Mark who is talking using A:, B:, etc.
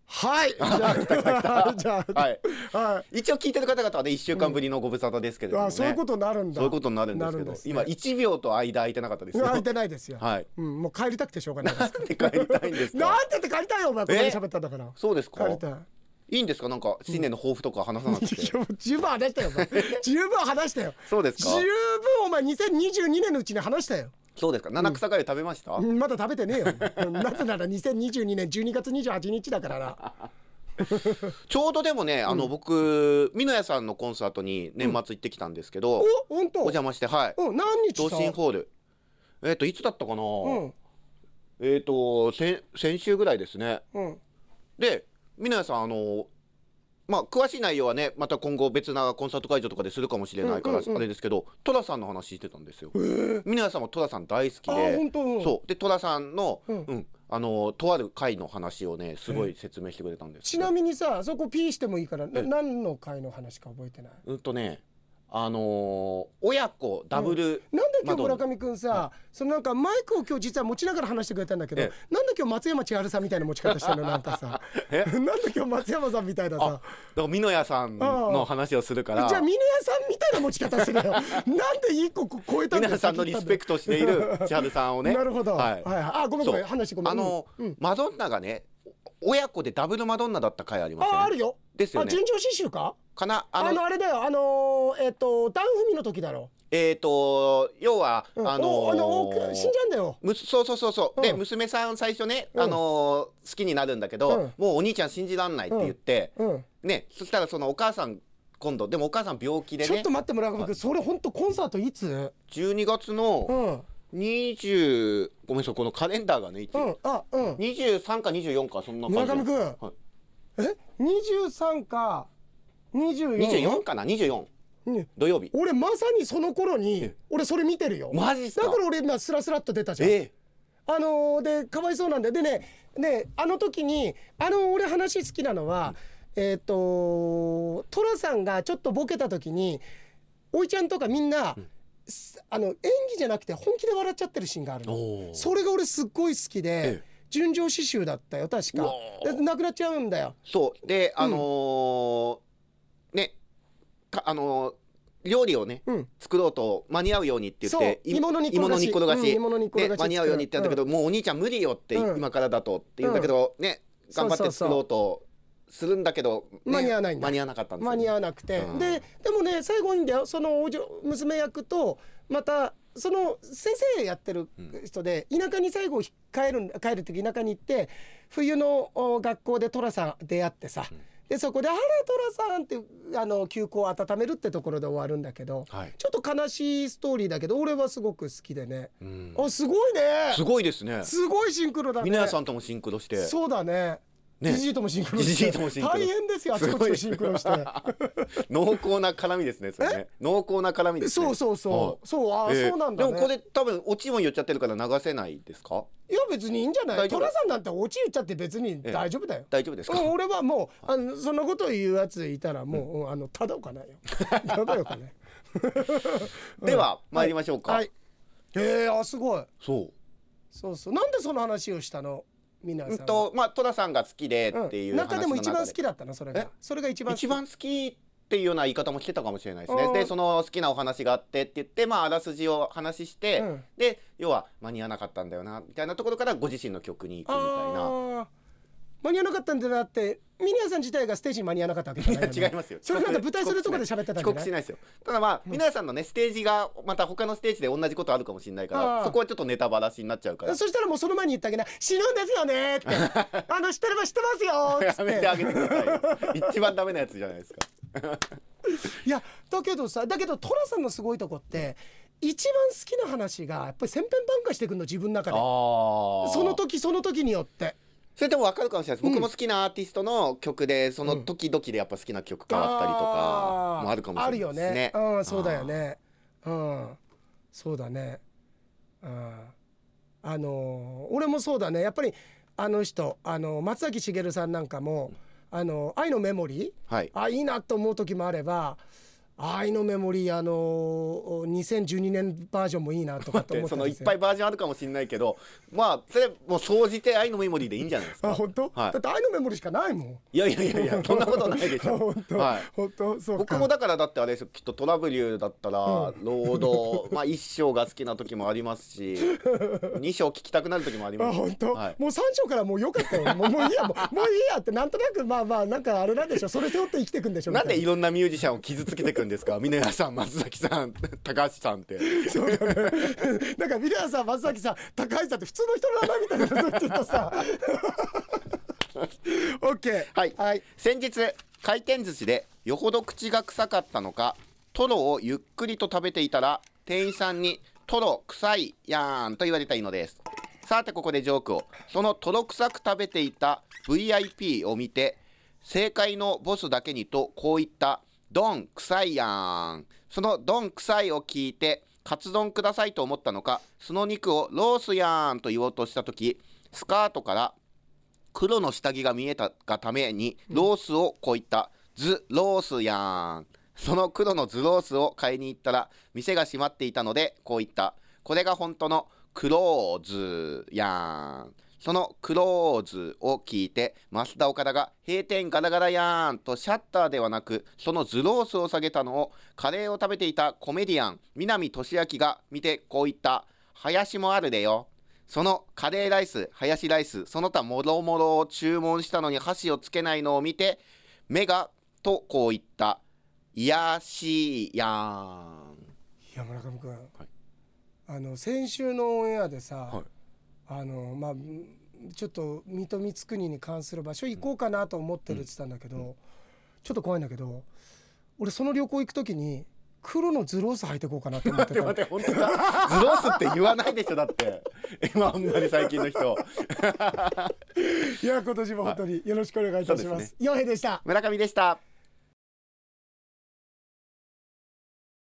A: はい。じゃあ、来た来た来た。じゃあ、
B: はい
A: は
B: 一応聞いてる方々はね1週間ぶりのご無沙汰ですけれ
A: い。
B: ども、ね
A: あ、そういうことになるんだ。
B: そういうことになるんですけど今
A: ね
B: 1秒と間空いてなかったですよ
A: 空いてないですよ。
B: はい
A: うん、もう帰りたくてしょうがないです。
B: なんで帰りたいんです
A: な
B: か
A: んてって帰りたいよ、お前、ここで喋ったんだから。
B: そうですか
A: 帰りたい。
B: いいんですかなんか新年の抱負とか話さなく て
A: いやもう十分話したよお前十分話したよ
B: そうです
A: 十
B: か
A: 分お前2022年のうちに話したよ
B: そうですか七草粥食べました、
A: うんまだ食べてねえよ うんなぜなら2022年12月28日だからな
B: ちょうどでもねあの僕美濃屋さんのコンサートに年末行ってきたんですけど、
A: お本
B: お
A: 当
B: 邪魔してはい
A: うん何日
B: 同
A: さ
B: 心ホールえっ、といつだったかな、
A: うん
B: えっ、と先先週ぐらいですね
A: うん
B: で皆さんあのまあ詳しい内容はねまた今後別なコンサート会場とかでするかもしれないから
A: うんうんうん
B: あれですけど寅、さんの話してたんですよ。皆さんも寅さん大好き
A: あ
B: で
A: 本当うん
B: そうで寅さんの、
A: う
B: うんんあのとある会の話をねすごい説明してくれたんです
A: ち
B: けど
A: なみにさそこ P してもいいからな
B: え
A: 何の会の話か覚えてない
B: うんとねあのー親子ダブル、
A: なんで今日
B: マドン
A: 村
B: ナ
A: 上君さそのなんかマイクを今日実は持ちながら話してくれたんだけど
B: え
A: なんで今日松山千春さんみたいな持ち方したのなんかさ
B: え
A: なんで今日松山さんみたいな
B: あだ
A: さ
B: から美濃屋さんの話をするから
A: じゃあ峰屋さんみたいな持ち方す るよなんで一個こう超えた
B: 美
A: ん
B: 濃
A: だ
B: 屋さんのリスペクトしている千春さんをね
A: なるほど、
B: は
A: はい
B: い、
A: はい、あごめんごめん
B: そう
A: 話ごめん
B: あの、
A: うんうん
B: マドンナがねお親子でダブルマドンナだった回ありません
A: ああるよ
B: ですよ
A: あ
B: ね
A: 純情刺繍か
B: かな
A: あ
B: あ
A: の
B: の
A: あれだよあのーえっ、とダンフミの時だろ、
B: えっ、と要は、
A: うん
B: あの
A: おあ
B: ー
A: のお死んじゃうんだよ
B: むそうそうそうそう、
A: う
B: で
A: ん
B: 娘さん最初ね、
A: うん
B: あのー好きになるんだけど、
A: うん
B: もうお兄ちゃん信じらんないって言って、
A: うん
B: ねそしたらそのお母さん今度でもお母さん病気で
A: ちょっ
B: ね
A: と待って村上君それ本当コンサートいつ
B: 12月
A: う
B: の
A: ん
B: 20、ごめんなさいこのカレンダーがね一
A: う
B: 応
A: んあうん
B: 23か24かそんな感
A: 村
B: じ
A: 上君、
B: はい
A: え23か24
B: 24かな24
A: うん
B: 土曜日
A: 俺まさにその頃に
B: え
A: 俺それ見てるよ
B: マジっすか
A: だから俺今スラスラっと出たじゃん、
B: え
A: あのーでかわいそうなんだよでねねあの時にあの俺話好きなのは、えっ、と寅さんがちょっとボケた時においちゃんとかみんな、すあの演技じゃなくて本気で笑っちゃってるシーンがある
B: え
A: の
B: ー
A: それが俺すっごい好きで
B: え
A: 純情刺繍だったよ確
B: う
A: か
B: わ
A: でなくなっちゃうんだよ
B: そうであのーねかあのー料理をね、
A: うん
B: 作ろうと間に合うようにって言って
A: そう
B: い
A: 芋の煮っこ
B: 芋の煮っこが
A: うん
B: し
A: 芋の煮っこがし
B: ね間に合うようにってやったけど、もうお兄ちゃん無理よって、
A: うん
B: 今からだとって言うんだけど、ね頑張っ
A: そうそう
B: て
A: そう
B: 作ろうとするんだけど、ね
A: 間に合わないんだ
B: 間に合わなかったんですよ
A: 間に合わなくて、
B: うん
A: ででもね最後にだよそのお嬢娘役とまたその先生やってる人で、田舎に最後帰るん帰るっていうか田舎に行って冬のお学校で寅さん出会ってさ、でそこで「あら寅さん」ってあの休校を温めるってところで終わるんだけど、
B: はい
A: ちょっと悲しいストーリーだけど俺はすごく好きでね、
B: うん
A: あすごいね
B: すごいですね
A: すごいシンクロだね
B: 皆さんともシンクロして
A: そうだね
B: ね
A: じじいともシンクロして
B: じじいともシンクロ
A: 大変ですよあちこちとシンク ロして。
B: 濃厚な絡みですねそれね濃厚な絡みですね
A: そうそう
B: は
A: そ。
B: いう
A: そう、ああ、
B: えー
A: そうなんだ、ね。
B: でもこれ多分オチも言っちゃってるから流せないですか
A: いや、別にいいんじゃない。
B: 大丈夫
A: 寅さんなんて、オチ言っちゃって、別に大丈夫だよ。
B: 大丈夫ですか、
A: うん、俺はもう、あの、そんなこと言うやついたら、もう、うんあの、ただおか ないよ。ただおかない。
B: では参りましょうか、
A: はい。へえ、あ、すごい。
B: そう
A: そうそう、なんでその話をしたの。みな
B: う
A: さ
B: ん
A: んは。
B: とまあ戸田さんが好きで
A: うん
B: っていう話
A: 中
B: の
A: でも一番
B: 中
A: 好きだったの、それ
B: え
A: が。それが一番好き。
B: 一番好きっていうような言い方もしてたかもしれないです
A: あー
B: ねでその好きなお話があってって言ってまああらすじを話して、
A: うん
B: で要は間に合わなかったんだよなみたいなところからご自身の曲に行くみたいな
A: あー間に合わなかったんだなってミニアさん自体がステージに間に合わなかったわけじゃないよね
B: いや違いますよ
A: それなんか舞台するとこで喋ってたんじ
B: 遅
A: ゃな
B: 刻
A: い
B: しないですよただまあ、皆さんのねステージがまた他のステージで同じことあるかもしれないか
A: あー
B: らそこはちょっとネタバラシになっちゃうから
A: そしたらもうその前に言ってあげない死ぬんですよねって あの知ってれば知ってますよっつ
B: や
A: っ
B: め
A: て
B: てあげてくださいよ一番ダメなやつじゃない ですか
A: いやだけどさだけど寅さんのすごいとこって一番好きな話がやっぱり千変万化してくんの自分の中で
B: あ
A: その時その時によって
B: それでも分かるかもしれないです、僕も好きなアーティストの曲でその時々でやっぱ好きな曲があったりとかもあるかもしれないですね
A: あるよねうんそうだよねうんそうだねうんあのー俺もそうだねやっぱりあの人あの松崎しげるさんなんかも「あの愛のメモリー」
B: はい
A: あいいなと思う時もあれば愛のメモリーあのー2012年バージョンもいいなとかと
B: で
A: 思った
B: そ
A: ん
B: のい
A: で
B: っ
A: すよ
B: ぱいバージョンあるかもしれないけどまあそれもう総じて愛のメモリーでいいんじゃないです
A: あ
B: か
A: 本当、
B: はい
A: だって愛のメモリーしかないもん
B: いやいやいやいやそんなことないでし ょ
A: 本当、
B: はい
A: 本当そうか
B: 僕もだからだってあれですよきっとトラブリューだったら労働、まあ一章が好きな時もあります し二章聞きたくなる時もあり
A: あ
B: ます
A: 本当、
B: はい
A: もう3章からもう良かったよもうもういいやもうもういいやってなんとなくまあまあなんかあれなんでしょうそれ背負って生きていくんでしょう
B: なんでい
A: み
B: ろんなミュージシャンを傷つけてくんですか峰屋さん松崎さん高橋さんって
A: たいなそうだね なんかミラーさん松崎さん高橋さんって普通の人だなみたいなこと言ってたさオッケー
B: はい、
A: はい
B: 先日回転寿司でよほど口が臭かったのかトロをゆっくりと食べていたら店員さんに「トロ臭いやーん」と言われたいのですさてここでジョークをそのトロ臭く食べていた VIP を見て正解のボスだけにとこう言った「ドン臭いやーん」その「ドン臭い」を聞いてカツ丼くださいと思ったのかその肉を「ロースやーん」と言おうとした時スカートから「黒の下着が見えたがためにロースをこういったズロースやんその黒のズロースを買いに行ったら店が閉まっていたのでこういったこれが本当のクローズやんそのクローズを聞いて増田岡田が閉店ガラガラやんとシャッターではなくそのズロースを下げたのをカレーを食べていたコメディアン南俊明が見てこういった林もあるでよそのカレーライス、ハヤシライス、その他もろもろを注文したのに箸をつけないのを見て、目が、とこう言った。いやしいやん。
A: いや村上君、あの先週のオンエアでさ、
B: はい
A: あのまあんちょっと水戸光圀に関する場所行こうかなと思ってるって言ってたんだけど、ちょっと怖いんだけど俺その旅行行く時に黒のズロース履いてこうかなと思 って
B: 待
A: た
B: って本当だ。 ズロースって言わないでしょ、だって。 今あんまり最近の人。
A: いや今年も本当によろしくお願いいたし
B: そう
A: ま
B: です
A: す。ヨヘでした
B: 村上でした。